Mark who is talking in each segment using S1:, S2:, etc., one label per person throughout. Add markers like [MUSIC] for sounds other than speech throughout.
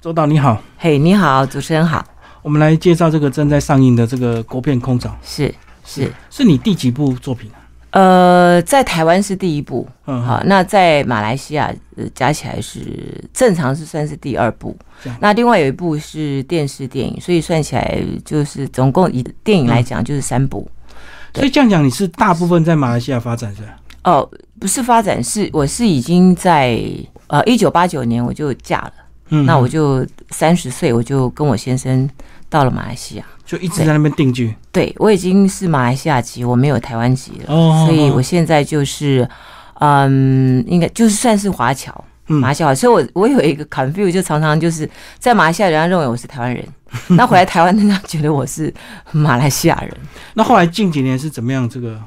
S1: 周导你好，
S2: 嘿、你好，主持人好，
S1: 我们来介绍这个正在上映的这个国片《空掌
S2: 是》是，
S1: 是你第几部作品啊？
S2: 呃，在台湾是第一部，
S1: 嗯，
S2: 好，那在马来西亚、呃、加起来是正常是算是第二部
S1: 这样，
S2: 那另外有一部是电视电影，所以算起来就是总共以电影来讲就是三部。
S1: 所以这样讲，你是大部分在马来西亚发展是吧？
S2: 哦，不是发展，是我是已经在呃一九八九年我就嫁了，
S1: 嗯
S2: 那我就三十岁我就跟我先生到了马来西亚，
S1: 就一直在那边定居
S2: 对我已经是马来西亚籍，我没有台湾籍了。
S1: 哦
S2: 所以我现在就是，嗯，应该就是算是华侨，
S1: 嗯
S2: 马来西亚。所以我我有一个 confuse，就常常就是在马来西亚，人家认为我是台
S1: [LAUGHS]
S2: 湾人，那回来台湾，人家觉得我是马来西亚人。
S1: 那后来近几年是怎么样这个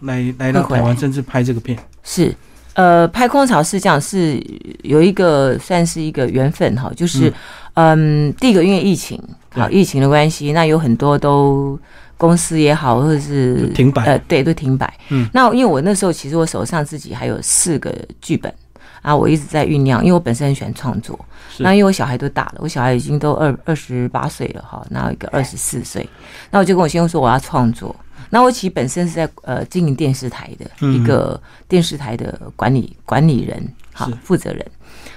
S1: 来来到台湾，甚至拍这个片？
S2: 是，呃，拍空巢是这样，是有一个算是一个缘分哈，就是，嗯第一个因为疫情，好，
S1: 对
S2: 疫情的关系，那有很多都公司也好，或者
S1: 就是停摆
S2: 呃，对，都停摆。
S1: 嗯
S2: 那因为我那时候其实我手上自己还有四个剧本啊，我一直在酝酿，因为我本身很喜欢创作。
S1: 是
S2: 那因为我小孩都大了，我小孩已经都二二十八岁了哈，那有一个二十四岁，那我就跟我先生说我要创作。那我其实本身是在呃经营电视台的
S1: 嗯
S2: 一个电视台的管理管理人，好
S1: 是
S2: 负责人。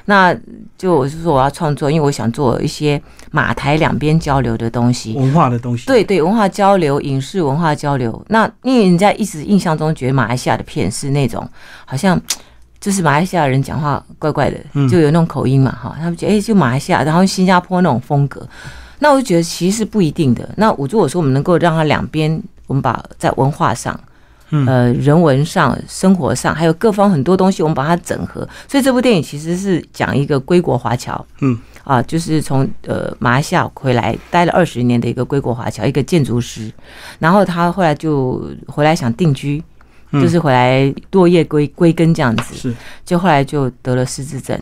S2: 那就我就说我要创作，因为我想做一些马台两边交流的东西。
S1: 文化的东西，
S2: 对，对，文化交流、影视文化交流。那因为人家一直印象中觉得马来西亚的片是那种好像就是马来西亚人讲话怪怪的，
S1: 嗯
S2: 就有那种口音嘛，哈、他们觉得哎、就马来西亚，然后新加坡那种风格。那我就觉得其实不一定的。那我如果说我们能够让它两边，我们把在文化上。
S1: 嗯
S2: 呃，人文上、生活上，还有各方很多东西，我们把它整合。所以这部电影其实是讲一个归国华侨，
S1: 嗯，
S2: 啊，就是从呃马来西亚回来待了二十年的一个归国华侨，一个建筑师，然后他后来就回来想定居，
S1: 嗯
S2: 就是回来落叶归归根这样子，
S1: 是
S2: 就后来就得了失智症。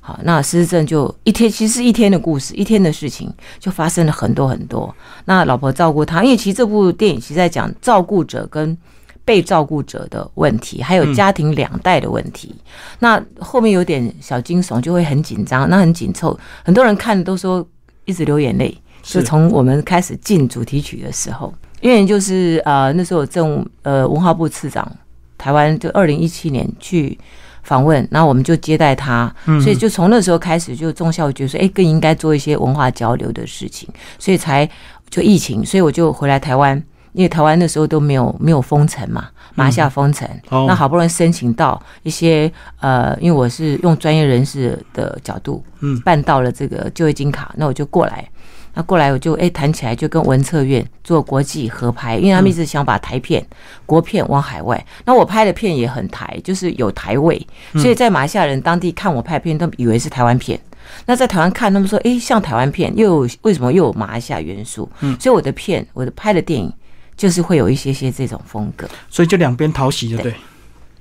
S2: 好，那失智症就一天，其实是一天的故事，一天的事情就发生了很多很多。那老婆照顾他，因为其实这部电影其实在讲照顾者跟被照顾者的问题，还有家庭两代的问题。那后面有点小惊悚，就会很紧张，那很紧凑，很多人看都说一直流眼泪。就是从我们开始进主题曲的时候，因为就是呃那时候政呃文化部次长台湾就二零一七年去访问，然后我们就接待他，所以就从那时候开始就中校觉得说，哎、更应该做一些文化交流的事情，所以才就疫情，所以我就回来台湾。因为台湾那时候都没有没有封城嘛，马来西亚封城，
S1: 哦
S2: 那好不容易申请到一些呃，因为我是用专业人士的角度，
S1: 嗯
S2: 办到了这个就业金卡，那我就过来，那过来我就哎谈起来就跟文策院做国际合拍，
S1: 嗯
S2: 因为他们一直想把台片、国片往海外，那我拍的片也很台，就是有台味，
S1: 嗯
S2: 所以在马来西亚人当地看我拍的片，都以为是台湾片。那在台湾看，他们说，哎、像台湾片，又有为什么又有马来西亚元素？嗯，所以我的片，我的拍的电影，就是会有一些些这种风格。
S1: 所以就两边讨喜，就对。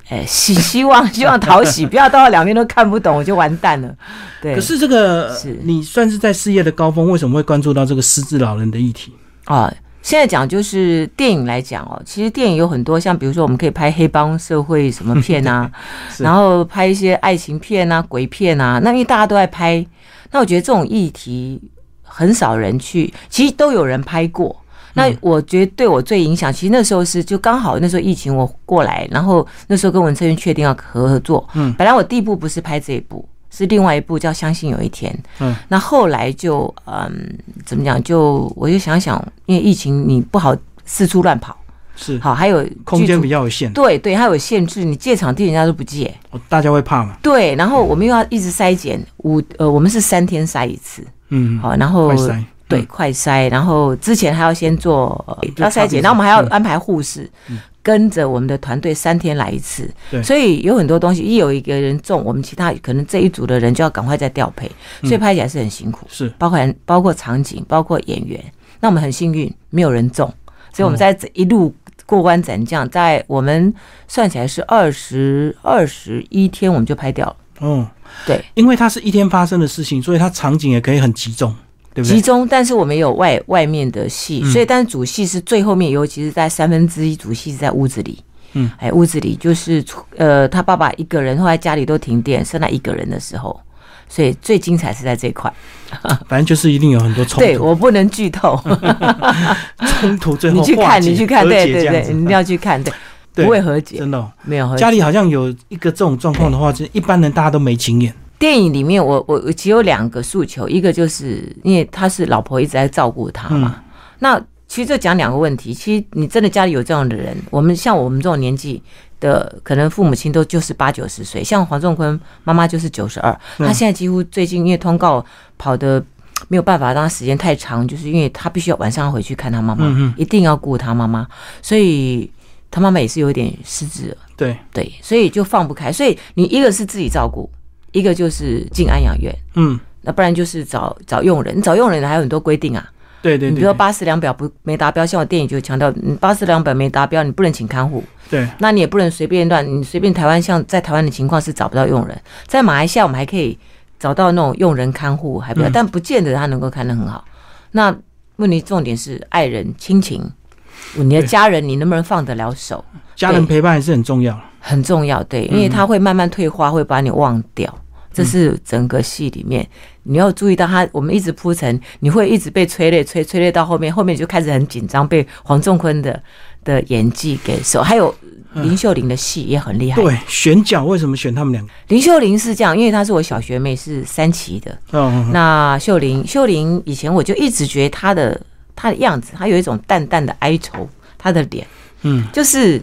S2: 哎，希希望希望讨喜，不要到两边都看不懂，我就完蛋了。对，
S1: 可是这个
S2: 是
S1: 你算是在事业的高峰，为什么会关注到这个失智老人的议题？，
S2: 啊，现在讲就是电影来讲哦，其实电影有很多，像比如说我们可以拍黑帮社会什么片啊
S1: [LAUGHS] 是
S2: 然后拍一些爱情片啊、鬼片啊，那因为大家都在拍，那我觉得这种议题很少人去，其实都有人拍过。那
S1: 嗯
S2: 我觉得对我最影响，其实那时候是就刚好那时候疫情我过来，然后那时候跟文策院确定要合合作。
S1: 嗯
S2: 本来我第一部不是拍这一部，是另外一部叫《相信有一天》。
S1: 嗯，
S2: 那后来就嗯，怎么讲？就我就想想，因为疫情你不好四处乱跑，
S1: 是
S2: 好，还有
S1: 空
S2: 剧
S1: 间
S2: 组
S1: 比较有限，
S2: 对对，它有限制，你借场地人家都不借。
S1: 哦大家会怕嘛？
S2: 对，然后我们又要一直筛检，五呃，我们是三天筛一次，
S1: 嗯，
S2: 好，然后
S1: 快塞。
S2: 对，
S1: 嗯
S2: 快筛，然然后之前还要先做呃
S1: 就
S2: 要
S1: 查
S2: 筛
S1: 鼻子
S2: 检，然后我们还要
S1: 嗯
S2: 安排护士跟着我们的团队三天来一次
S1: 对，
S2: 所以有很多东西，一有一个人中，我们其他可能这一组的人就要赶快再调配，
S1: 嗯
S2: 所以拍起来是很辛苦，
S1: 是
S2: 包括包括场景，包括演员。那我们很幸运，没有人中，所以我们在这一路过关斩将，在我们算起来是二十二十一天，我们就拍掉了。
S1: 哦，
S2: 对，
S1: 因为它是一天发生的事情，所以它场景也可以很集中，对不嗯
S2: 集
S1: 对？
S2: 中，但是我们有外外面的戏，所以但是主戏是最后面，尤其是在三分之一主戏是在屋子里。
S1: 嗯，
S2: 哎，屋子里就是呃，他爸爸一个人，后来家里都停电，剩他一个人的时候，所以最精彩是在这一块。
S1: 反正就是一定有很多冲
S2: 对
S1: 突，
S2: 我不能剧
S1: [LAUGHS]
S2: 透，
S1: 冲
S2: [LAUGHS]
S1: 突最后
S2: 你去
S1: 化
S2: 看，
S1: 解
S2: 你去看，
S1: 和
S2: 对
S1: 解
S2: 对
S1: 这
S2: 对
S1: 样，子
S2: 你一定要去看，对，
S1: 对
S2: 不会和解，
S1: 真的哦、
S2: 没有和解。
S1: 家里好像有一个这种状况的话，就是一般人大家都没经验，
S2: 电影里面我，我我只有两个诉求，一个就是因为他是老婆一直在照顾他嘛。
S1: 嗯
S2: 那其实就讲两个问题，其实你真的家里有这样的人，我们像我们这种年纪的，可能父母亲都就是八九十岁，像黄仲坤妈妈就是九十二，
S1: 嗯
S2: 她现在几乎最近因为通告跑的。没有办法，让她时间太长，就是因为她必须要晚上回去看她妈妈，
S1: 嗯嗯
S2: 一定要顾她妈妈，所以她妈妈也是有点失智了
S1: 对，
S2: 对，所以就放不开。所以你一个是自己照顾，一个就是进安养院，
S1: 嗯，
S2: 那不然就是找找佣人。找佣人还有很多规定啊，
S1: 对对
S2: 你比
S1: 对
S2: 如说八十两表不没达标，像我电影就强调，你八十两表没达标，你不能请看护，
S1: 对，
S2: 那你也不能随便乱，你随便台湾像在台湾的情况是找不到佣人，在马来西亚我们还可以找到那种佣人看护还比较，
S1: 嗯
S2: 但不见得他能够看得很好。那问题重点是爱人亲情，你的
S1: 对
S2: 家人你能不能放得了手？
S1: 家人陪伴还是很重要。
S2: 很重要，对，
S1: 嗯
S2: 因为它会慢慢退化，会把你忘掉。这是整个戏里面你要注意到它，我们一直铺陈，你会一直被催泪，催催泪到后面，后面你就开始很紧张，被黄仲坤的的演技给手，还有林秀玲的戏也很厉害。
S1: 对，选角为什么选他们两个？
S2: 林秀玲是这样，因为她是我小学妹，是三期的。
S1: 哦，
S2: 那秀玲，秀玲以前我就一直觉得她的她的样子，她有一种淡淡的哀愁，她的脸。
S1: 嗯，
S2: 就是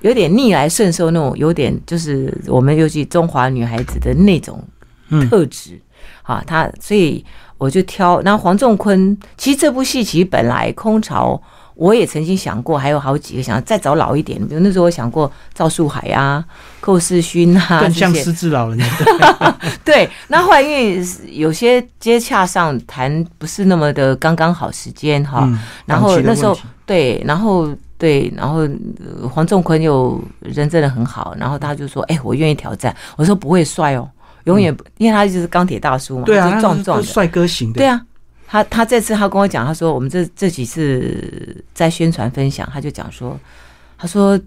S2: 有点逆来顺受那种，有点就是我们尤其中华女孩子的那种
S1: 嗯
S2: 特质、啊。她所以我就挑，那黄仲坤其实这部戏其实本来空巢。我也曾经想过，还有好几个想要再找老一点，比如那时候我想过赵树海啊、寇世勋啊，
S1: 更像
S2: 这些
S1: 失智老人家。
S2: 对，那后来因为有些接洽上谈不是那么的刚刚好时间哈，
S1: 嗯，
S2: 然后
S1: 档期的
S2: 那时候
S1: 问题
S2: 对，然后对，然后、呃黄仲坤又人真的很好，然后他就说：“哎、我愿意挑战。”我说：“不会帅哦，永远不，因为他就是钢铁大叔嘛，
S1: 嗯对啊，
S2: 就
S1: 他
S2: 壮
S1: 是
S2: 壮
S1: 都
S2: 的
S1: 是，帅哥型的。
S2: 对啊。”他他这次他跟我讲，他说我们这这几次在宣传分享，他就讲说，他说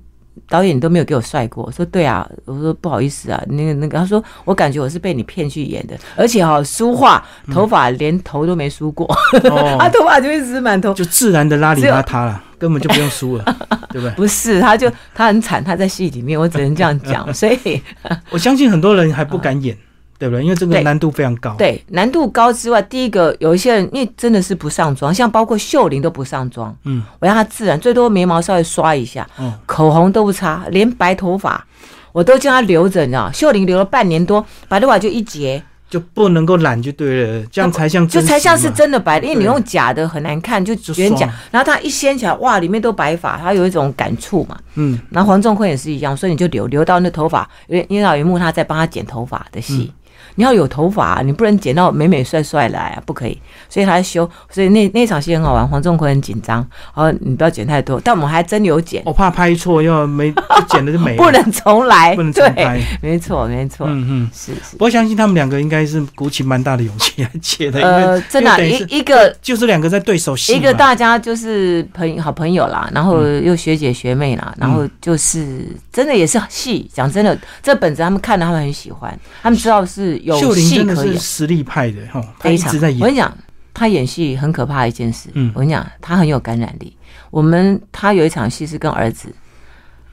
S2: 导演你都没有给我帅过，我说对啊，我说不好意思啊，那个那个，他说我感觉我是被你骗去演的，而且哈、梳化头发连头都没梳过， [LAUGHS] 他
S1: 哦，
S2: 头发就一直满头
S1: 就自然的拉里邋
S2: [LAUGHS]
S1: 遢
S2: 啊
S1: 了，根本就不用输了，对不对？
S2: 不是，他就他很惨，他在戏里面，我只能这样讲。所以
S1: 我相信很多人还不敢演，对不对？因为这个
S2: 对
S1: 难度非常高。，
S2: 嗯对难度高之外，第一个有一些人因为真的是不上妆，像包括秀玲都不上妆，
S1: 嗯，
S2: 我让她自然，最多眉毛稍微刷一下，
S1: 哦，
S2: 口红都不擦，连白头发我都叫她留着，你知道吗，秀玲留了半年多，白头发就一截，
S1: 就不能够懒就对了，这样才像
S2: 就才像是
S1: 真实啊
S2: 真的白的，因为你
S1: 对
S2: 用假的很难看，就
S1: 就
S2: 圆假
S1: 爽。
S2: 然后她一掀起来，哇，里面都白发，她有一种感触嘛。
S1: 嘛。嗯，
S2: 然后黄仲坤也是一样，所以你就留留到那头发，因为因为老一幕他在帮他剪头发的
S1: 嗯
S2: 戏，你要有头发、你不能剪到美美帅帅来啊，不可以。所以他在修，所以那那场戏很好玩，黄仲坤很紧张，然后你不要剪太多，但我们还真有剪，
S1: 我怕拍错，要没就剪了就没了，
S2: [LAUGHS] 不能重
S1: [LAUGHS]
S2: 来，
S1: 不能重
S2: 对，
S1: 拍。
S2: 没错没错，
S1: 嗯嗯，
S2: 是是
S1: 不，过相信他们两个应该是鼓起蛮大的勇气来接的，因为
S2: 呃，真的啊、
S1: 因为等于是
S2: 一一个
S1: 就是两个嗯在对手戏嘛，
S2: 一个大家就是朋友好朋友啦，然后又学姐学妹啦，
S1: 嗯
S2: 然后就是真的也是戏。讲真的，这本子他们看了，他们很喜欢，他们知道是有
S1: 秀玲
S2: 戏
S1: 真的
S2: 可
S1: 是
S2: 以，
S1: 实力派的哈，她
S2: 非
S1: 一
S2: 常
S1: 直在。
S2: 我
S1: 演，
S2: 跟你讲，他演戏很可怕的一件事。
S1: 嗯
S2: 我跟你讲，他很有感染力。我们他有一场戏是跟儿子，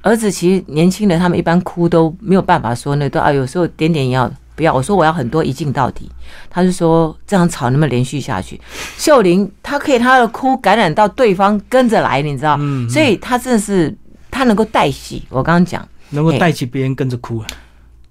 S2: 儿子其实年轻人他们一般哭都没有办法说那都啊，有时候点点也要不要。我说我要很多一镜到底，他就说这样吵能不能连续下去？秀玲她可以她的哭感染到对方跟着来，你知道，
S1: 嗯，
S2: 所
S1: 以
S2: 以她真的是她能够带戏。我刚刚讲。
S1: 能够带起别人跟着哭啊，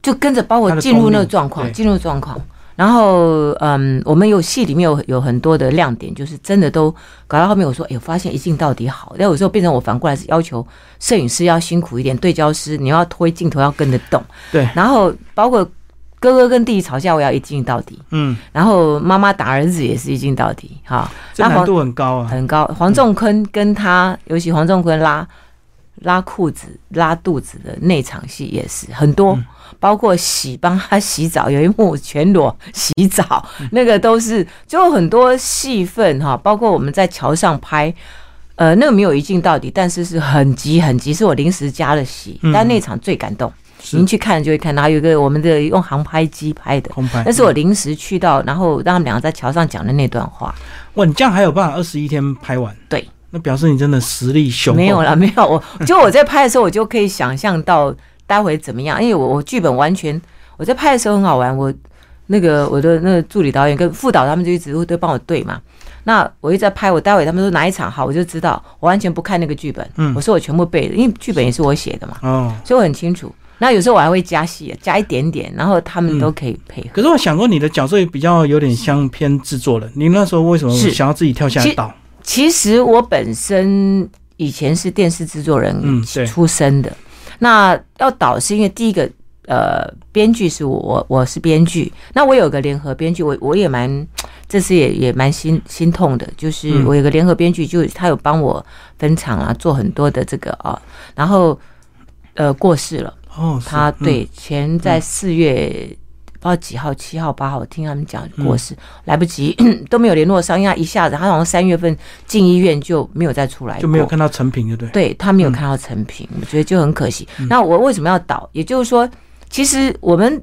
S2: 就跟着把我进入那个状况，
S1: 他的动力对
S2: 进入状况。然后，嗯，我们有戏里面有有很多的亮点，就是真的都搞到后面，我说，哎，我发现一镜到底好。但有时候变成我反过来是要求摄影师要辛苦一点，对焦师你要推镜头要跟得动，
S1: 对
S2: 然后包括哥哥跟弟弟吵架，我要一镜到底。
S1: 嗯，
S2: 然后妈妈打儿子也是一镜到底，哈，
S1: 这难度很高啊，
S2: 很高。黄仲坤跟他，尤其黄仲坤拉拉裤子、拉肚子的那场戏也是很多，包括洗帮他洗澡，有一幕全裸洗澡，那个都是就很多戏份哈。包括我们在桥上拍，呃，那个没有一镜到底，但是是很急很急，是我临时加的戏，
S1: 嗯
S2: 但那场最感动。您去看就会看到，还有一个我们的用航拍机拍的，
S1: 空拍。
S2: 那是我临时去到，然后让他们两个在桥上讲的那段话。
S1: 哇，你这样还有办法二十一天拍完？
S2: 对，
S1: 那表示你真的实力雄厚。
S2: [LAUGHS] 没有啦，没有。我就我在拍的时候，我就可以想象到待会怎么样，因为我我剧本完全我在拍的时候很好玩，我那个我的那个助理导演跟副导他们就一直会都帮我对嘛。那我一直在拍，我待会他们说哪一场好，我就知道，我完全不看那个剧本，
S1: 嗯
S2: 我说我全部背的，因为剧本也是我写的嘛，
S1: 哦。
S2: 所以我很清楚。那有时候我还会加戏，加一点点，然后他们都可以配合。
S1: 可是我想过，你的角色也比较有点像偏制作人。你那时候为什么
S2: 是
S1: 想要自己跳下
S2: 其
S1: 来
S2: 实
S1: 导？
S2: 其实我本身以前是电视制作人
S1: 嗯对
S2: 出身的，那要导是因为第一个呃，编剧是我我我是编剧，那我有个联合编剧，我我也蛮这次也也蛮心心痛的，就是
S1: 嗯
S2: 我有个联合编剧，就是他有帮我分场啊，做很多的这个啊，然后呃过世了。
S1: 哦，是
S2: 他
S1: 嗯
S2: 对前在四月不知道几号，七号、八号，我听他们讲过
S1: 嗯
S2: 世，来不及 [CLEARS THROAT] 都没有联络上，因为他一下子他好像三月份进医院就没有再出来过，
S1: 就没有看到成品，对不对？
S2: 对他没有
S1: 嗯
S2: 看到成品，我觉得就很可惜。那我为什么要导？也就是说，其实我们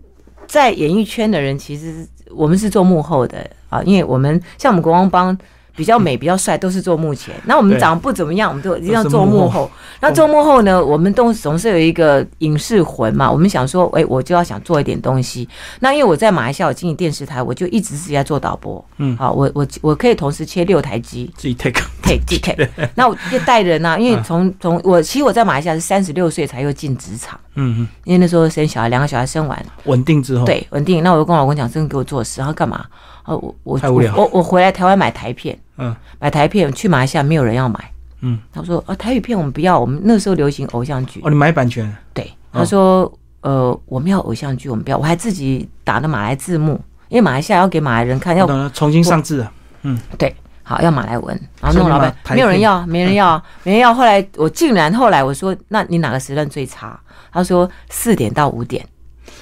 S2: 在演艺圈的人，其实我们是做幕后的啊，因为我们像我们国光帮。比较美、比较帅都是做幕前，那我们
S1: 对
S2: 长得不怎么样，我们就一定要
S1: 都是
S2: 做
S1: 幕
S2: 幕
S1: 后
S2: 后。那做幕后呢，我们都总是有一个影视魂嘛，我们想说，哎、我就要想做一点东西。那因为我在马来西亚有经营电视台，我就一直自己在做导播，
S1: 嗯
S2: 好，我我我可以同时切六台机，
S1: 自己 take。
S2: K D
S1: [LAUGHS]
S2: K，那我就带人呐、
S1: 嗯
S2: 因为从从我其实我在马来西亚是三十六岁才又进职场，
S1: 嗯嗯，
S2: 因为那时候生小孩，两个小孩生完，
S1: 稳定之后，，
S2: 对，稳定。那我就跟我老公讲，真的给我做事，然后干嘛？哦，我我
S1: 太无聊
S2: 我我我回来台湾买台片，
S1: 嗯
S2: 买台片去马来西亚没有人要买，
S1: 嗯，
S2: 他说啊台语片我们不要，我们那时候流行偶像剧，
S1: 哦，你哦买版权，
S2: 对，他说呃我们要偶像剧，我们不要，我还自己打的马来字幕，因为马来西亚要给马来人看，要
S1: 等哦了重新上字啊。
S2: 对，好要马来文，然后
S1: 所以
S2: 弄
S1: 你
S2: 老
S1: 把
S2: 半
S1: 台
S2: 没有人
S1: 片嗯
S2: 要啊，没人要啊，没人要。后来我竟然后来我说，那你哪个时段最差？他说四点到五点，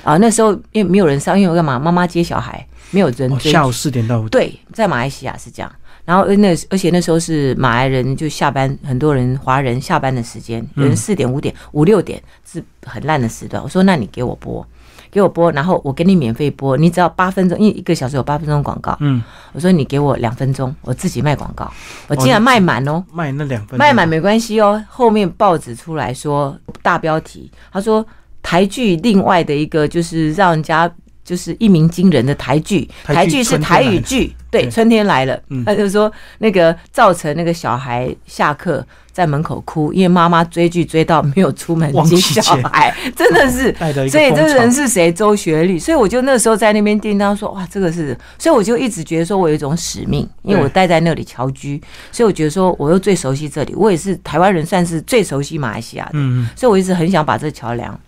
S2: 啊，那时候因为没有人上，因为我干嘛？妈妈接小孩，没有人
S1: 哦，
S2: 追。
S1: 下午四点到五点，
S2: 对，在马来西亚是这样。然后呃那而且那时候是马来人就下班，很多人华人下班的时间，
S1: 嗯
S2: 有人四点、五点、五六点是很烂的时段。我说那你给我播，给我播，然后我给你免费播，你只要八分钟，因为一个小时有八分钟广告，
S1: 嗯，
S2: 我说你给我两分钟，我自己卖广告，我
S1: 哦
S2: 竟然卖满哦，
S1: 卖那两分钟
S2: 卖满没关系哦。后面报纸出来说大标题，他说台剧另外的一个就是让人家就是一鸣惊人的台剧，
S1: 台剧
S2: 台剧是
S1: 春天
S2: 台
S1: 来
S2: 语
S1: 了
S2: 剧，对，
S1: 对
S2: 春天来了
S1: 嗯，
S2: 他就说那个造成那个小孩下课。在门口哭，因为妈妈追剧追到没有出门
S1: 忘
S2: 接
S1: 记
S2: 小
S1: 接 [LAUGHS]
S2: 孩，真的是
S1: 带着一个
S2: 所以这
S1: 风
S2: 个
S1: 潮
S2: 人是谁？周学历。所以我就那时候在那边叮当说，哇，这个是，所以我就一直觉得说我有一种使命，因为
S1: 对
S2: 我待在那里侨居，所以我觉得说我又最熟悉这里，我也是台湾人，算是最熟悉马来西亚的，
S1: 嗯，嗯，
S2: 所以我一直很想把这桥梁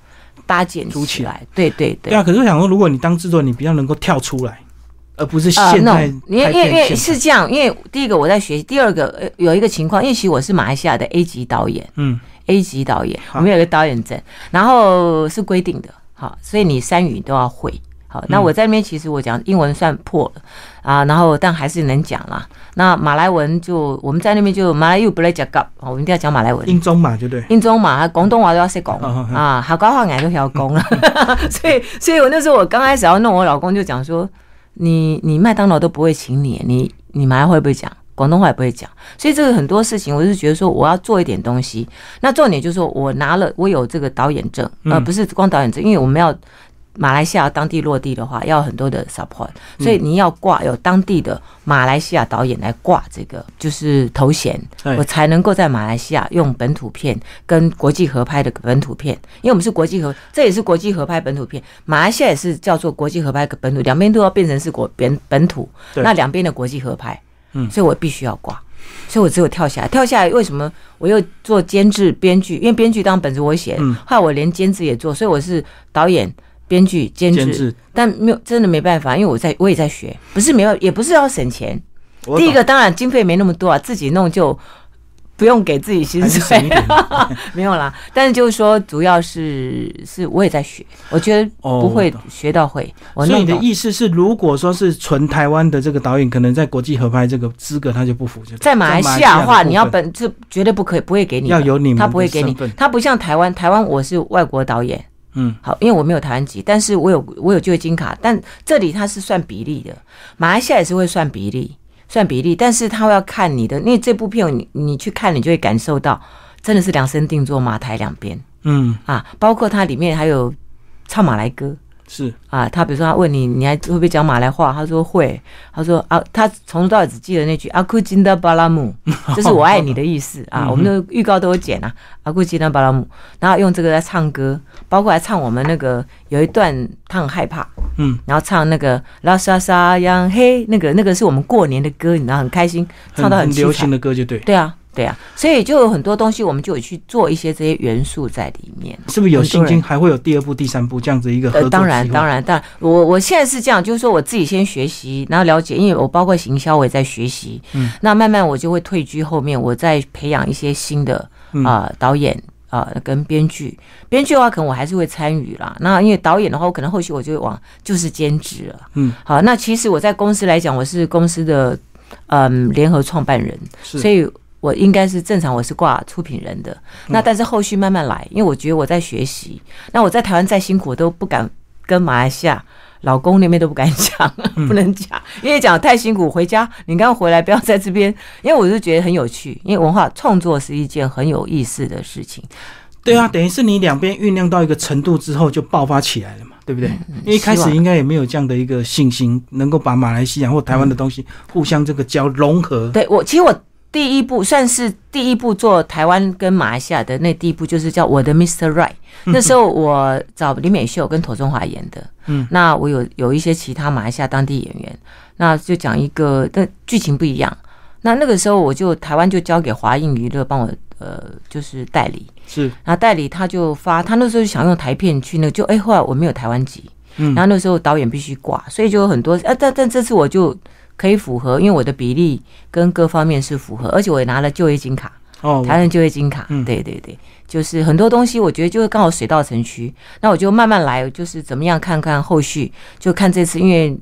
S2: 搭建
S1: 筑
S2: 起
S1: 起
S2: 来。对对
S1: 对
S2: 对。
S1: 啊。可是我想说，如果你当制作人，你比较能够跳出来，而不是
S2: 啊
S1: 现在
S2: ，no，因为
S1: 拍
S2: 因为因为
S1: 片现
S2: 是这样，因为第一个我在学习，第二个呃有一个情况，因为其实我是马来西亚的 A 级导演，
S1: 嗯，
S2: A 级导演，
S1: 好
S2: 我们有个导演证，然后是规定的，好，所以你三语都要会。
S1: 嗯
S2: 好，那我在那边其实我讲英文算破了啊，然后但还是能讲啦。那马来文就我们在那边就马来语不来讲噶，好我们一定要讲马来文。
S1: 英中嘛，对不对？
S2: 英中嘛，广东话都要识讲
S1: 嗯嗯嗯
S2: 啊，客家话俺都晓讲 [LAUGHS] 了。所以，所以我那时候我刚开始要弄，我老公就讲说：“你你麦当劳都不会请你，你你马来会不会讲？广东话也不会讲。”所以这个很多事情，我是觉得说我要做一点东西。那重点就是说我拿了，我有这个导演证，呃，
S1: 嗯
S2: 不是光导演证，因为我们要。马来西亚当地落地的话，要很多的 support，所以你要挂有当地的马来西亚导演来挂这个就是头衔，
S1: 对
S2: 我才能够在马来西亚用本土片跟国际合拍的本土片，因为我们是国际合，这也是国际合拍本土片，马来西亚也是叫做国际合拍跟本土，两边都要变成是国本本土，
S1: 对
S2: 那两边的国际合拍，
S1: 嗯
S2: 所以我必须要挂，所以我只有跳下来，跳下来为什么我又做监制编剧？因为编剧当本子我写，
S1: 嗯
S2: 后来我连监制也做，所以我是导演、编剧、监
S1: 监
S2: 制，
S1: 制，
S2: 但没有真的没办法，因为我在我也在学，不是没有，也不是要省钱，
S1: 我
S2: 第一
S1: 懂
S2: 个当然经费没那么多啊，自己弄就不用给自己薪
S1: 还是省一
S2: 水，
S1: 点
S2: [LAUGHS] 没有啦。但是就是说，主要是是我也在学，我觉得
S1: 哦
S2: 不会
S1: 我懂
S2: 学到会。我
S1: 所以
S2: 弄
S1: 你的
S2: 懂。
S1: 意思是，如果说是纯台湾的这个导演，可能在国际合拍这个资格他就不符，就
S2: 在马来西亚的话，
S1: 部分
S2: 你要本是绝对不可以，不会给你的，
S1: 要有你们
S2: 他不会
S1: 的
S2: 给你
S1: 身份，
S2: 他不像台湾，台湾我是外国导演，
S1: 嗯，
S2: 好，因为我没有台湾籍，但是我有我有就业金卡，但这里它是算比例的，马来西亚也是会算比例，算比例，但是它会要看你的，因为这部片你你去看，你就会感受到真的是量身定做马台两边
S1: 嗯，
S2: 啊，包括它里面还有唱马来歌
S1: 是
S2: 啊，他比如说他问你你还会不会讲马来话，他说会，他说啊，他从头到尾只记得那句阿库金的巴
S1: [LAUGHS]
S2: 拉姆，这是我爱你的意思
S1: 嗯
S2: 啊，我们的预告都有剪啊，阿库吉纳巴拉姆，然后用这个来唱歌，包括来唱我们那个有一段他很害怕，
S1: 嗯，
S2: 然后唱那个拉沙沙央嘿，那个那个是我们过年的歌，你知道很开心，唱
S1: 很
S2: 到
S1: 很
S2: 很
S1: 流行
S2: 的，
S1: 的歌就对，
S2: 对啊对啊，所以就有很多东西我们就有去做一些这些元素在里面。
S1: 是不是有信
S2: 很多
S1: 心
S2: 人
S1: 还会有第二部、第三部这样子一个合
S2: 呃，
S1: 作
S2: 当然，
S1: 计划
S2: 当然，当然，我我现在是这样，就是说我自己先学习，然后了解，因为我包括行销，我也在学习，
S1: 嗯，
S2: 那慢慢我就会退居后面，我再培养一些新的
S1: 嗯
S2: 啊、导演啊、跟编剧，编剧的话可能我还是会参与啦，那因为导演的话，我可能后续我就会往就是兼职了，
S1: 嗯，
S2: 好，那其实我在公司来讲，我是公司的嗯联合创办人，
S1: 是，
S2: 所以我应该是正常，我是挂出品人的。那但是后续慢慢来，因为我觉得我在学习。那我在台湾再辛苦，我都不敢跟马来西亚老公那边都不敢讲， [LAUGHS] 不能讲，因为讲太辛苦。回家你刚回来，不要在这边，因为我就觉得很有趣，因为文化创作是一件很有意思的事情。
S1: 对啊，等于是你两边酝酿到一个程度之后就爆发起来了嘛，对不对？因为一开
S2: 嗯希
S1: 始
S2: 望
S1: 应该也没有这样的一个信心，能够把马来西亚或台湾的东西互相这个交融合，
S2: 对我，其实我第一步算是第一步做台湾跟马来西亚的那第一步，就是叫我的 Mr. Right。那时候我找李美秀跟妥中华演的，
S1: 嗯，
S2: 那我有有一些其他马来西亚当地演员，那就讲一个，但剧情不一样。那那个时候我就台湾就交给华映娱乐帮我呃就是代理，
S1: 是
S2: 然后代理他就发，他那时候想用台片去那个，就哎、后来我没有台湾籍，
S1: 嗯
S2: 然后那时候导演必须挂，所以就有很多啊，但但这次我就可以符合，因为我的比例跟各方面是符合，而且我也拿了就业金卡，
S1: 哦，
S2: 台湾就业金卡，
S1: 嗯
S2: 对对对，就是很多东西我觉得就是刚好水到城区，那我就慢慢来，就是怎么样看看后续，就看这次因为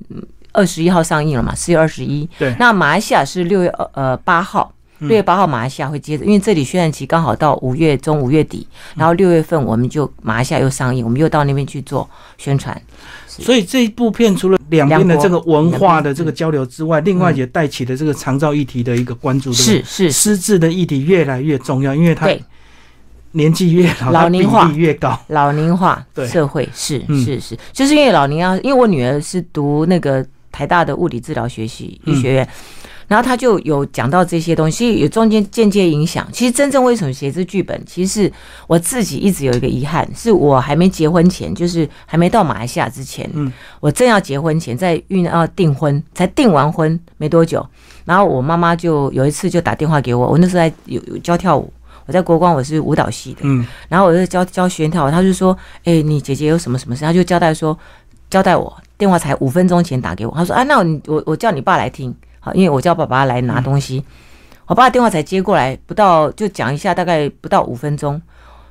S2: 二十一号上映了嘛，四月二十一，
S1: 对，
S2: 那马来西亚是六月呃呃八号，
S1: 嗯
S2: 六月八号马来西亚会接着，因为这里宣传期刚好到五月中五月底，然后六月份我们就马来西亚又上映，我们又到那边去做宣传。
S1: 所以这一部片除了两边的这个文化的这个交流之外，另外也带起了这个长照议题的一个关注，对不对
S2: 嗯是是是，
S1: 失智的议题越来越重要，因为它
S2: 对，
S1: 年纪越老，
S2: 老
S1: 它比
S2: 龄化
S1: 例越高。
S2: 老龄化
S1: 对
S2: 社会是
S1: 嗯
S2: 是是，就是因为老龄啊，因为我女儿是读那个台大的物理治疗学系
S1: 嗯
S2: 医学院。然后她就有讲到这些东西，有中间间接影响。其实真正为什么写这剧本，其实是我自己一直有一个遗憾，是我还没结婚前，就是还没到马来西亚之前，
S1: 嗯
S2: 我正要结婚前，在酝酿要订婚，才订完婚没多久，然后我妈妈就有一次就打电话给我，我那时候在有有教跳舞，我在国光我是舞蹈系的，
S1: 嗯，
S2: 然后我就教教学员跳舞，她就说，哎、你姐姐有什么什么事，她就交代说，交代我电话才五分钟前打给我，她说啊，那我我我叫你爸来听，好，因为我叫爸爸来拿东西，我爸电话才接过来，不到就讲一下，大概不到五分钟，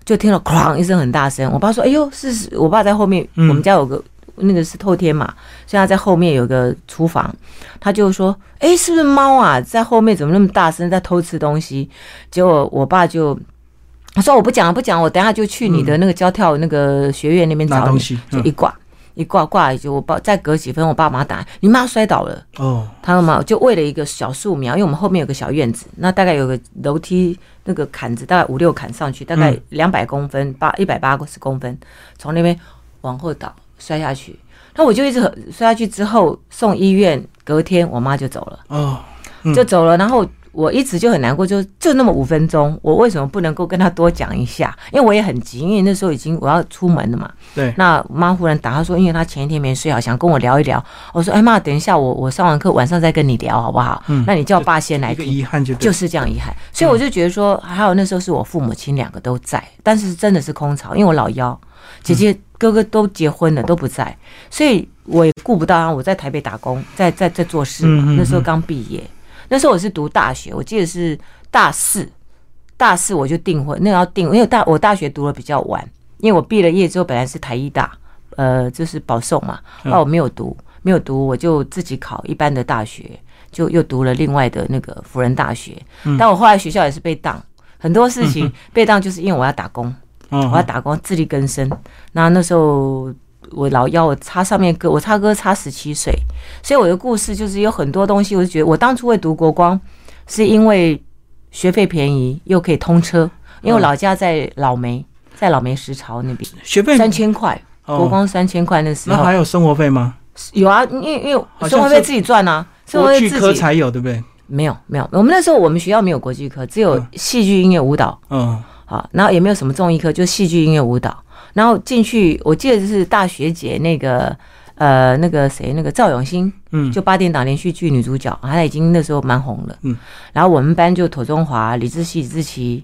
S2: 就听了哐一声很大声，我爸说，哎呦，是是我爸在后面，我
S1: 嗯
S2: 们家有个那个是透天嘛，所以他在后面有个厨房，他就说，哎、是不是猫啊，在后面怎么那么大声，在偷吃东西？结果我爸就。他说我不讲了，不讲了，我等下就去你的那个教跳那个学院那边
S1: 拿
S2: 找
S1: 东
S2: 你。
S1: 西，
S2: 就
S1: 嗯
S2: 一挂一挂挂也就我爸再隔几分，我爸妈打你妈摔倒了，
S1: 哦，
S2: 他妈就为了一个小树苗，因为我们后面有个小院子，那大概有个楼梯那个坎子，大概五六坎上去，大概
S1: 嗯
S2: 两百公分八一百八十公分，从那边往后倒摔下去。那我就一直很摔下去之后送医院，隔天我妈就走了，
S1: 哦，嗯
S2: 就走了。然后我一直就很难过，就就那么五分钟，我为什么不能够跟她多讲一下？因为我也很急，因为那时候已经我要出门了嘛。
S1: 对，
S2: 那妈忽然打，她说因为她前一天没睡好，想跟我聊一聊。我说哎妈，等一下我我上完课晚上再跟你聊好不好？
S1: 嗯
S2: 那你叫爸先来
S1: 一个
S2: 听。
S1: 遗憾就
S2: 就
S1: 对，
S2: 是这样遗憾，所以我就觉得说，还好那时候是我父母亲两个都在，但是真的是空巢，因为我老幺，姐姐哥哥都结婚了都不在，所以我也顾不到啊。我在台北打工，在在在做事嘛
S1: 嗯嗯嗯
S2: 那时候刚毕业，那时候我是读大学，我记得是大四，大四我就订婚，那要订，因为大我大学读的比较晚，因为我毕了业之后本来是台医大，呃，就是保送嘛，
S1: 嗯
S2: 那我没有读，没有读，我就自己考一般的大学，就又读了另外的那个辅仁大学
S1: 嗯。
S2: 但我后来学校也是被当，很多事情被当，就是因为我要打工，
S1: 嗯
S2: 我要打工自力更生。那那时候我老幺，我差上面哥，我差哥差十七岁，所以我的故事就是有很多东西，我就觉得我当初会读国光，是因为学费便宜又可以通车，因为
S1: 嗯
S2: 我老家在老梅，在老梅石潮那边，
S1: 学费
S2: 三千块，国
S1: 哦，
S2: 光三千块那时
S1: 那
S2: 候
S1: 还有生活费吗？
S2: 有啊，因为因
S1: 像
S2: 为生活费
S1: 是
S2: 自己赚啊，生活
S1: 国
S2: 费
S1: 剧科
S2: 自己
S1: 才有，对不对？
S2: 没有没有，我们那时候我们学校没有国际科，只有
S1: 嗯
S2: 戏剧、音乐、舞蹈。
S1: 嗯，
S2: 啊，然后也没有什么综艺课，就戏剧、音乐、舞蹈。然后进去，我记得就是大学姐那个呃那个谁那个赵永新，
S1: 嗯
S2: 就八点档连续剧女主角，啊她已经那时候蛮红了。
S1: 嗯，
S2: 然后我们班就妥中华、李志熙、李志奇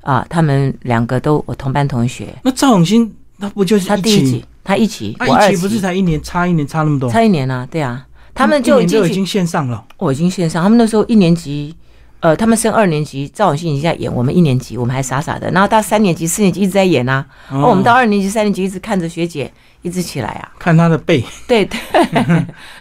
S2: 啊，他们两个都我同班同学。
S1: 那赵永新那不就是
S2: 他
S1: 一
S2: 第一
S1: 期
S2: 期？，他一期，
S1: 他
S2: 我二
S1: 一期不是才一年，差一年差那么多，
S2: 差一年啊，对啊，他们
S1: 一
S2: 就
S1: 年
S2: 进
S1: 都已
S2: 去哦
S1: 经线上了。
S2: 我已经线上，他们那时候一年级，呃，他们升二年级，赵永信已经在演，我们一年级，我们还傻傻的，然后到三年级、四年级一直在演啊，
S1: 哦
S2: 哦，我们到二年级、三年级一直看着学姐一直起来啊，
S1: 看他的背，
S2: 对
S1: [LAUGHS]
S2: 对，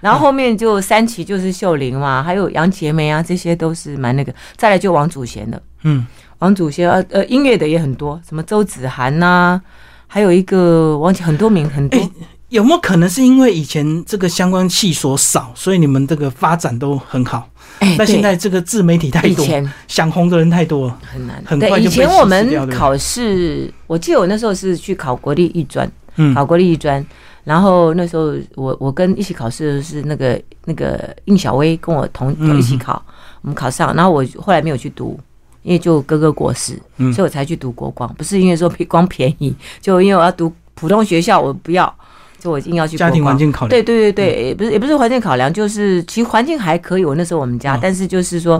S2: 然后后面就三期就是秀玲嘛，还有杨洁梅啊，这些都是蛮那个，再来就王祖贤的，
S1: 嗯，
S2: 王祖贤呃呃音乐的也很多，什么周子涵呐、还有一个忘记很多名很多，
S1: 哎有没有可能是因为以前这个相关系所少，所以你们这个发展都很好？
S2: 哎，
S1: 但
S2: 对
S1: 现在这个自媒体太
S2: 以
S1: 多，
S2: 前
S1: 想红的人太多了。
S2: 很难。
S1: 很
S2: 对
S1: 快，就
S2: 以
S1: 被
S2: 前
S1: 稀
S2: 我
S1: 释掉
S2: 们
S1: 对吧
S2: 考试，我记得我那时候是去考国立艺专，
S1: 嗯，
S2: 考国立艺专。然后那时候我我跟一起考试的是那个那个应小薇跟我同
S1: 嗯
S2: 一起考，我们考上，然后我后来没有去读，因为就哥哥过世，
S1: 嗯
S2: 所以我才去读国光，不是因为说比光便宜，就因为我要读普通学校，我不要，就我硬要去
S1: 家
S2: 国
S1: 庭环
S2: 光。
S1: 境考量。嗯
S2: 对对对对，也不是也不是环境考量，就是其实环境还可以。我那时候我们家，
S1: 嗯
S2: 但是就是说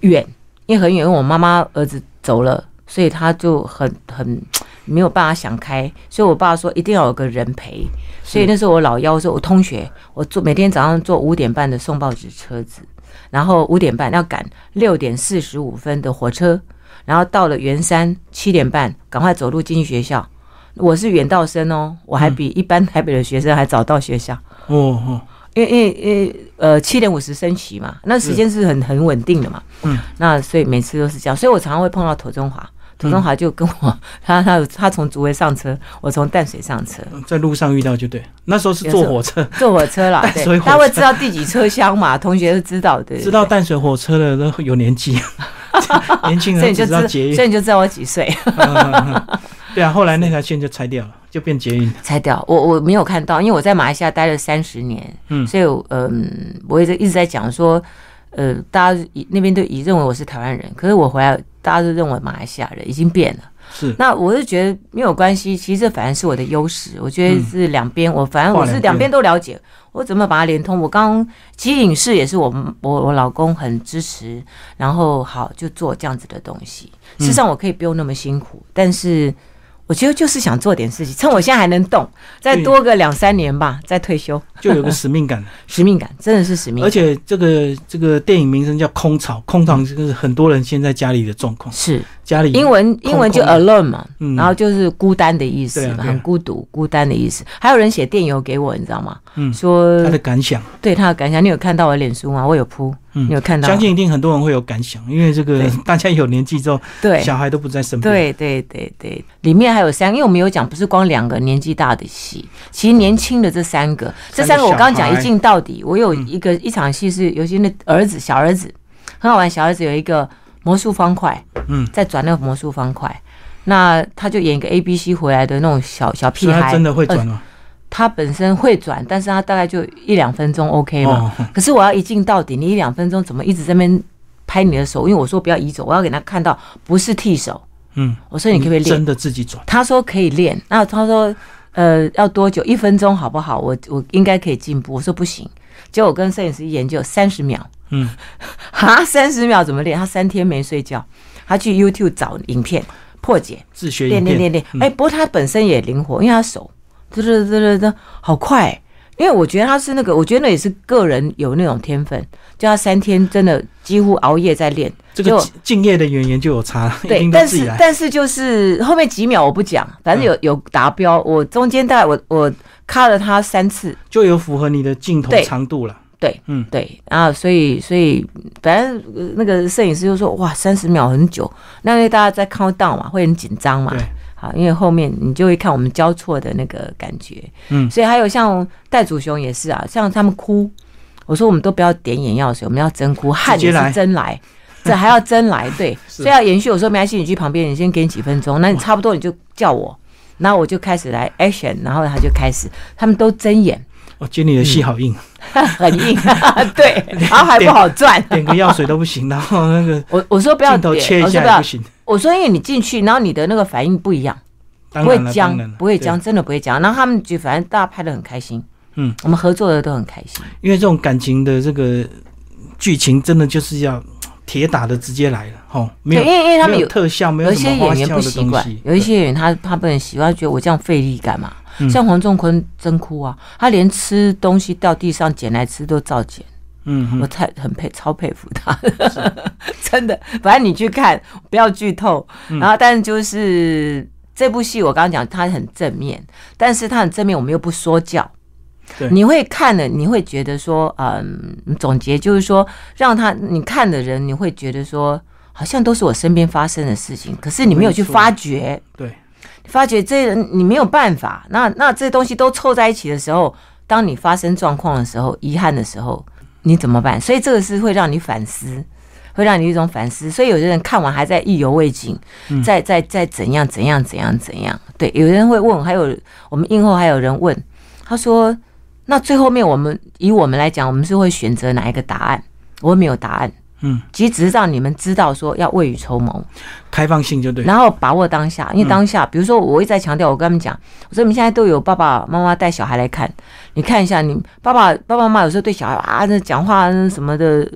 S2: 远，因为很远，因为我妈妈儿子走了，所以他就很很没有办法想开，所以我爸说一定要有个人陪。所以那时候我老幺说，我同学，我坐每天早上坐五点半的送报纸车子，然后五点半要赶六点四十五分的火车，然后到了圆山七点半，赶快走路进去学校。我是远道生哦，我
S1: 嗯
S2: 还比一般台北的学生还早到学校，
S1: 哦哦，
S2: 因为因为因为呃七点五十升旗嘛，那时间是很很稳定的嘛。
S1: 嗯，
S2: 那所以每次都是这样，所以我常常会碰到土中华，土中华就跟我、 [LAUGHS] 他他他从竹围上车，我从淡水上车，
S1: 哦在路上遇到就对，那时候是坐火车，，
S2: 坐火车啦
S1: [LAUGHS] 淡水
S2: 对，
S1: 火车
S2: 他会知道第几车厢嘛，
S1: [LAUGHS]
S2: 同学都知道，对，对
S1: 知道淡水火车的都有年
S2: [LAUGHS]
S1: 纪，年轻人
S2: 对所以
S1: 只
S2: 你就
S1: 知
S2: 知
S1: 道捷运
S2: 所。以你就知道我几岁。 [LAUGHS]
S1: 嗯 [LAUGHS] 对啊，后来那条线就拆掉了，就变捷运。
S2: 拆掉，我我没有看到，因为我在马来西亚待了三十年，
S1: 嗯
S2: 所以我嗯、我一直一直在讲说，呃，大家以那边都以认为我是台湾人，可是我回来，大家都认为马来西亚人已经变了。 [LAUGHS]
S1: 是，
S2: 那我就觉得没有关系，其实这反而是我的优势，我觉得是两边，我反正我
S1: 嗯跨
S2: 是
S1: 两
S2: 两
S1: 边
S2: 边都了解，我怎么把它连通。我刚其实影视也是我我我老公很支持，然后好就做这样子的东西。
S1: 嗯
S2: 事实上我可以不用那么辛苦，但是我觉得就是想做点事情，趁我现在还能动，再
S1: 对
S2: 多个两三年吧，再退休，
S1: 就有个使命感。
S2: [LAUGHS] 使命感真的是使命
S1: 而
S2: 感，
S1: 且这个这个电影名称叫《空巢》，空巢就是很多人现在家里的状况，
S2: 是
S1: 家里
S2: 英文英文就
S1: 嗯空空
S2: alone 嘛，
S1: 嗯
S2: 然后就是孤单的意思
S1: 对啊对
S2: 嘛，
S1: 啊
S2: 很孤独、孤单的意思。还有人写电邮给我，你知道吗？
S1: 嗯
S2: 说
S1: 他的感想，
S2: 对他的感想，你有看到我的脸书吗？我有铺，
S1: 嗯
S2: 你有看到吗？
S1: 相信一定很多人会有感想，因为这个
S2: 对
S1: 大家有年纪之后，
S2: 对
S1: 小孩都不在身边。
S2: 对对对对，里面还有三，因为我们有讲不是光两个年纪大的戏，其实年轻的这三个，这
S1: 三
S2: 三
S1: 个
S2: 个我刚刚
S1: 小
S2: 讲
S1: 孩
S2: 一镜到底。我有一个、一场戏是，尤其那儿子小儿子很好玩，小儿子有一个魔术方块，
S1: 嗯
S2: 在转那个魔术方块。那他就演一个 A B C 回来的那种小小屁
S1: 所以
S2: 孩，
S1: 他真的会
S2: 呃
S1: 转哦了。
S2: 他本身会转，但是他大概就一两分钟 OK 嘛。
S1: 哦
S2: 可是我要一镜到底，你一两分钟怎么一直在那边拍你的手？因为我说不要移走，我要给他看到不是替手。
S1: 嗯，
S2: 我说你可不可以练？
S1: 真的自己转？
S2: 他说可以练。那他说呃要多久？一分钟好不好？我我应该可以进步。我说不行。结果我跟摄影师一研究三十秒，
S1: 嗯，
S2: [LAUGHS] 哈，三十秒怎么练？他三天没睡觉，他去 YouTube 找影片破解。
S1: 自学
S2: 练
S1: 影片。
S2: 练
S1: 嗯
S2: 练练。哎、不过他本身也灵活，因为他手，嘚嘚嘚嘚嘚，好快、因为我觉得他是那个，我觉得那也是个人有那种天分，就他三天真的几乎熬夜在
S1: [LAUGHS]
S2: 练。
S1: 这个
S2: 就
S1: 敬敬业的演员就有差了，一
S2: 对
S1: 定，都
S2: 但
S1: 自己
S2: 是
S1: 来。嗯
S2: 但是就是后面几秒我不讲，反正有有达标。我中间大概我我卡了他三次，
S1: 就有符合你的镜头
S2: 对
S1: 长度了。
S2: 对，
S1: 嗯
S2: 对啊，所以所以反正呃那个摄影师就说哇，三十秒很久，那因为大家在 count down 嘛，会很紧张嘛
S1: 对，
S2: 好，因为后面你就会看我们交错的那个感觉，
S1: 嗯
S2: 所以还有像袋鼠熊也是啊，像他们哭，我说我们都不要点眼药水，我们要真哭，汗
S1: 直接
S2: 也
S1: 来
S2: 是真来，这还要真来，
S1: [LAUGHS]
S2: 对，所以要延续。我说没关系，你去旁边，你先给你几分钟，那你差不多你就叫我，然后我就开始来 action，然后他就开始，他们都睁眼，
S1: 我经哦理的戏好
S2: 嗯
S1: 硬，
S2: 很硬，啊对，然后还不好赚。
S1: 点个药水都不行，然后那个
S2: 我我说 [LAUGHS] 不要
S1: 镜头切
S2: 点，
S1: 一
S2: 我说
S1: 下
S2: 不
S1: 也
S2: 要
S1: 不，行，
S2: 我说因为你进去，然后你的那个反应不一样。
S1: 当
S2: 不
S1: 然
S2: 会
S1: 了，
S2: 僵
S1: 当然了，，
S2: 不会
S1: 对
S2: 僵，，真的不会僵。然后他们就反正大家拍的很开心，
S1: 嗯，
S2: 我们合作的都很开心，
S1: 因为这种感情的这个剧情真的就是要铁打的直接来了，吼，没
S2: 对，
S1: 有
S2: 因为因为他们
S1: 没有
S2: 有
S1: 特效，没
S2: 有一
S1: 什
S2: 些
S1: 么花
S2: 演员
S1: 俏
S2: 不
S1: 的
S2: 习
S1: 东
S2: 惯
S1: 西，，
S2: 有一些演员他他不很喜欢觉得我这样费力干嘛？
S1: 嗯
S2: 像黄仲坤真哭啊，他连吃东西掉地上捡来吃都照捡，
S1: 嗯
S2: 我
S1: 嗯，
S2: 太很佩超佩服他，真的。 [LAUGHS] 反正你去看，不要剧透。然后，但是就是这部戏，我刚刚讲它很正面，但是它很正面，我们又不说教
S1: 对。
S2: 你会看了，你会觉得说，嗯，总结就是说，让他你看的人，你会觉得说，好像都是我身边发生的事情，可是你没有去
S1: 没错
S2: 发掘，
S1: 对，
S2: 发觉这人你没有办法，那那这东西都凑在一起的时候，当你发生状况的时候，遗憾的时候，你怎么办？所以这个是会让你反思，会让你有一种反思。所以有的人看完还在意犹未尽，
S1: 嗯
S2: 在在在怎样怎样怎样怎样。对，有人会问，还有我们映后还有人问，他说：“那最后面我们以我们来讲，我们是会选择哪一个答案？”我没有答案，
S1: 嗯，
S2: 其实只是让你们知道说要未雨绸缪。
S1: 开放性就对，
S2: 然后把握当下，因为当下，比如说我一再强调，我跟他们讲，我说你们现在都有爸爸妈妈带小孩来看，你看一下，你爸爸爸爸妈妈有时候对小孩啊，那讲话那什么的，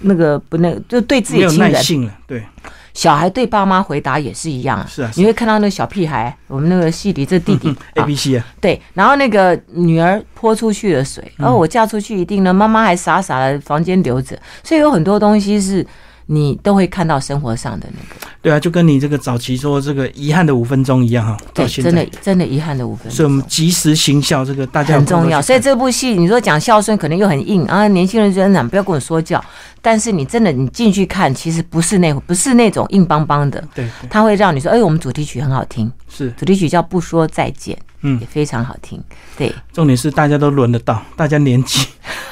S2: 那个不那就对自
S1: 没
S2: 己
S1: 有
S2: 亲
S1: 耐
S2: 人，
S1: 性了，对，
S2: 小孩对爸妈回答也是一样啊。
S1: 是啊，
S2: 你会看到那个小屁孩，我们那个戏里这弟弟
S1: A
S2: 啊
S1: B C 啊，
S2: 对，然后那个女儿泼出去的水，
S1: 嗯
S2: 然后我嫁出去一定呢，妈妈还傻傻的房间留着，所以有很多东西是你都会看到生活上的那个。
S1: 对啊，就跟你这个早期说这个遗憾的五分钟一样哈，到
S2: 对，
S1: 现在
S2: 真的真的遗憾的五分钟。
S1: 所以我们及时行孝，这个大家有
S2: 很
S1: 空
S2: 重
S1: 都
S2: 要。
S1: 去
S2: 所以
S1: 看
S2: 这部戏，你说讲孝顺可能又很硬啊，年轻人觉得不要跟我说教，但是你真的你进去看，其实不是那不是那种硬邦邦的，
S1: 对对
S2: 它会让你说，哎，我们主题曲很好听，
S1: 是，
S2: 主题曲叫《不说再见》，
S1: 嗯
S2: 也非常好听。对
S1: 重点是大家都轮得到，大家年
S2: [LAUGHS]
S1: 纪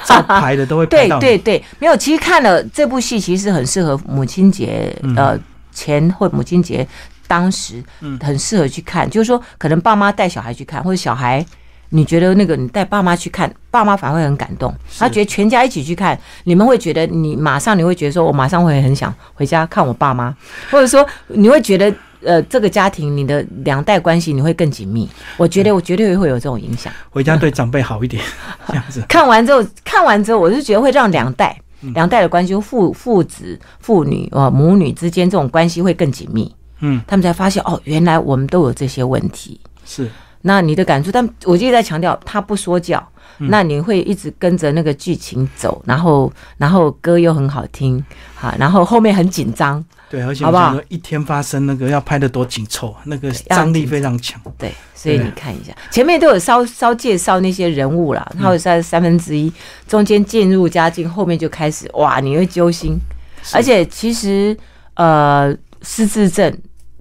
S1: 照排的都会排
S2: 对
S1: 到你，
S2: 对对，没有，其实看了这部戏，其实很适合母亲节
S1: 嗯
S2: 呃前或母亲节当时
S1: 嗯，
S2: 很适合去看，就是说可能爸妈带小孩去看，或者小孩。你觉得那个你带爸妈去看，爸妈反而会很感动，
S1: 是
S2: 他觉得全家一起去看，你们会觉得你马上你会觉得说，我马上会很想回家看我爸妈， [LAUGHS] 或者说你会觉得呃这个家庭你的两代关系你会更紧密，我觉得我绝对会有这种影响。
S1: 回家对长辈好一点，这样子，
S2: 看完之后，看完之后，我就觉得会让两代
S1: 嗯
S2: 两代的关系，父父子、父女啊、呃母女之间这种关系会更紧密。
S1: 嗯，
S2: 他们才发现哦，原来我们都有这些问题。
S1: 是
S2: 那你的感触，但我就一直在强调，他不说教，
S1: 嗯
S2: 那你会一直跟着那个剧情走，然后然后歌又很好听，好，然后后面很紧张，
S1: 对，而且
S2: 好
S1: 我
S2: 不好
S1: 想说一天发生那个要拍的多紧凑，那个
S2: 要
S1: 张力非常强，
S2: 对，所以
S1: 对嗯
S2: 你看一下，前面都有稍稍介绍那些人物啦，他有在三分之一，中间渐入佳境，后面就开始哇，你会揪心。
S1: 是
S2: 而且其实呃，失智症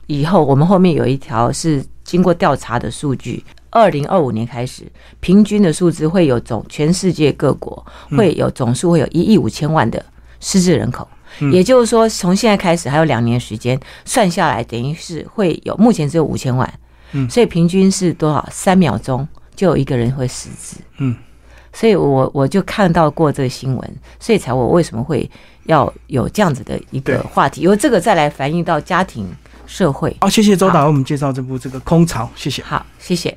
S2: 以后，我们后面有一条是经过调查的数据，二零二五年开始，平均的数字会有总全世界各国
S1: 嗯
S2: 会有总数会有一亿五千万的失智人口。
S1: 嗯
S2: 也就是说，从现在开始还有两年时间，算下来等于是会有目前只有五千万，
S1: 嗯
S2: 所以平均是多少？三秒钟就有一个人会失智。
S1: 嗯，
S2: 所以我我就看到过这个新闻，所以才我为什么会要有这样子的一
S1: 对
S2: 个话题，由这个再来反映到家庭社会。
S1: 好，谢谢周导为我们介绍这部这个《空巢》，谢谢。
S2: 好，谢谢。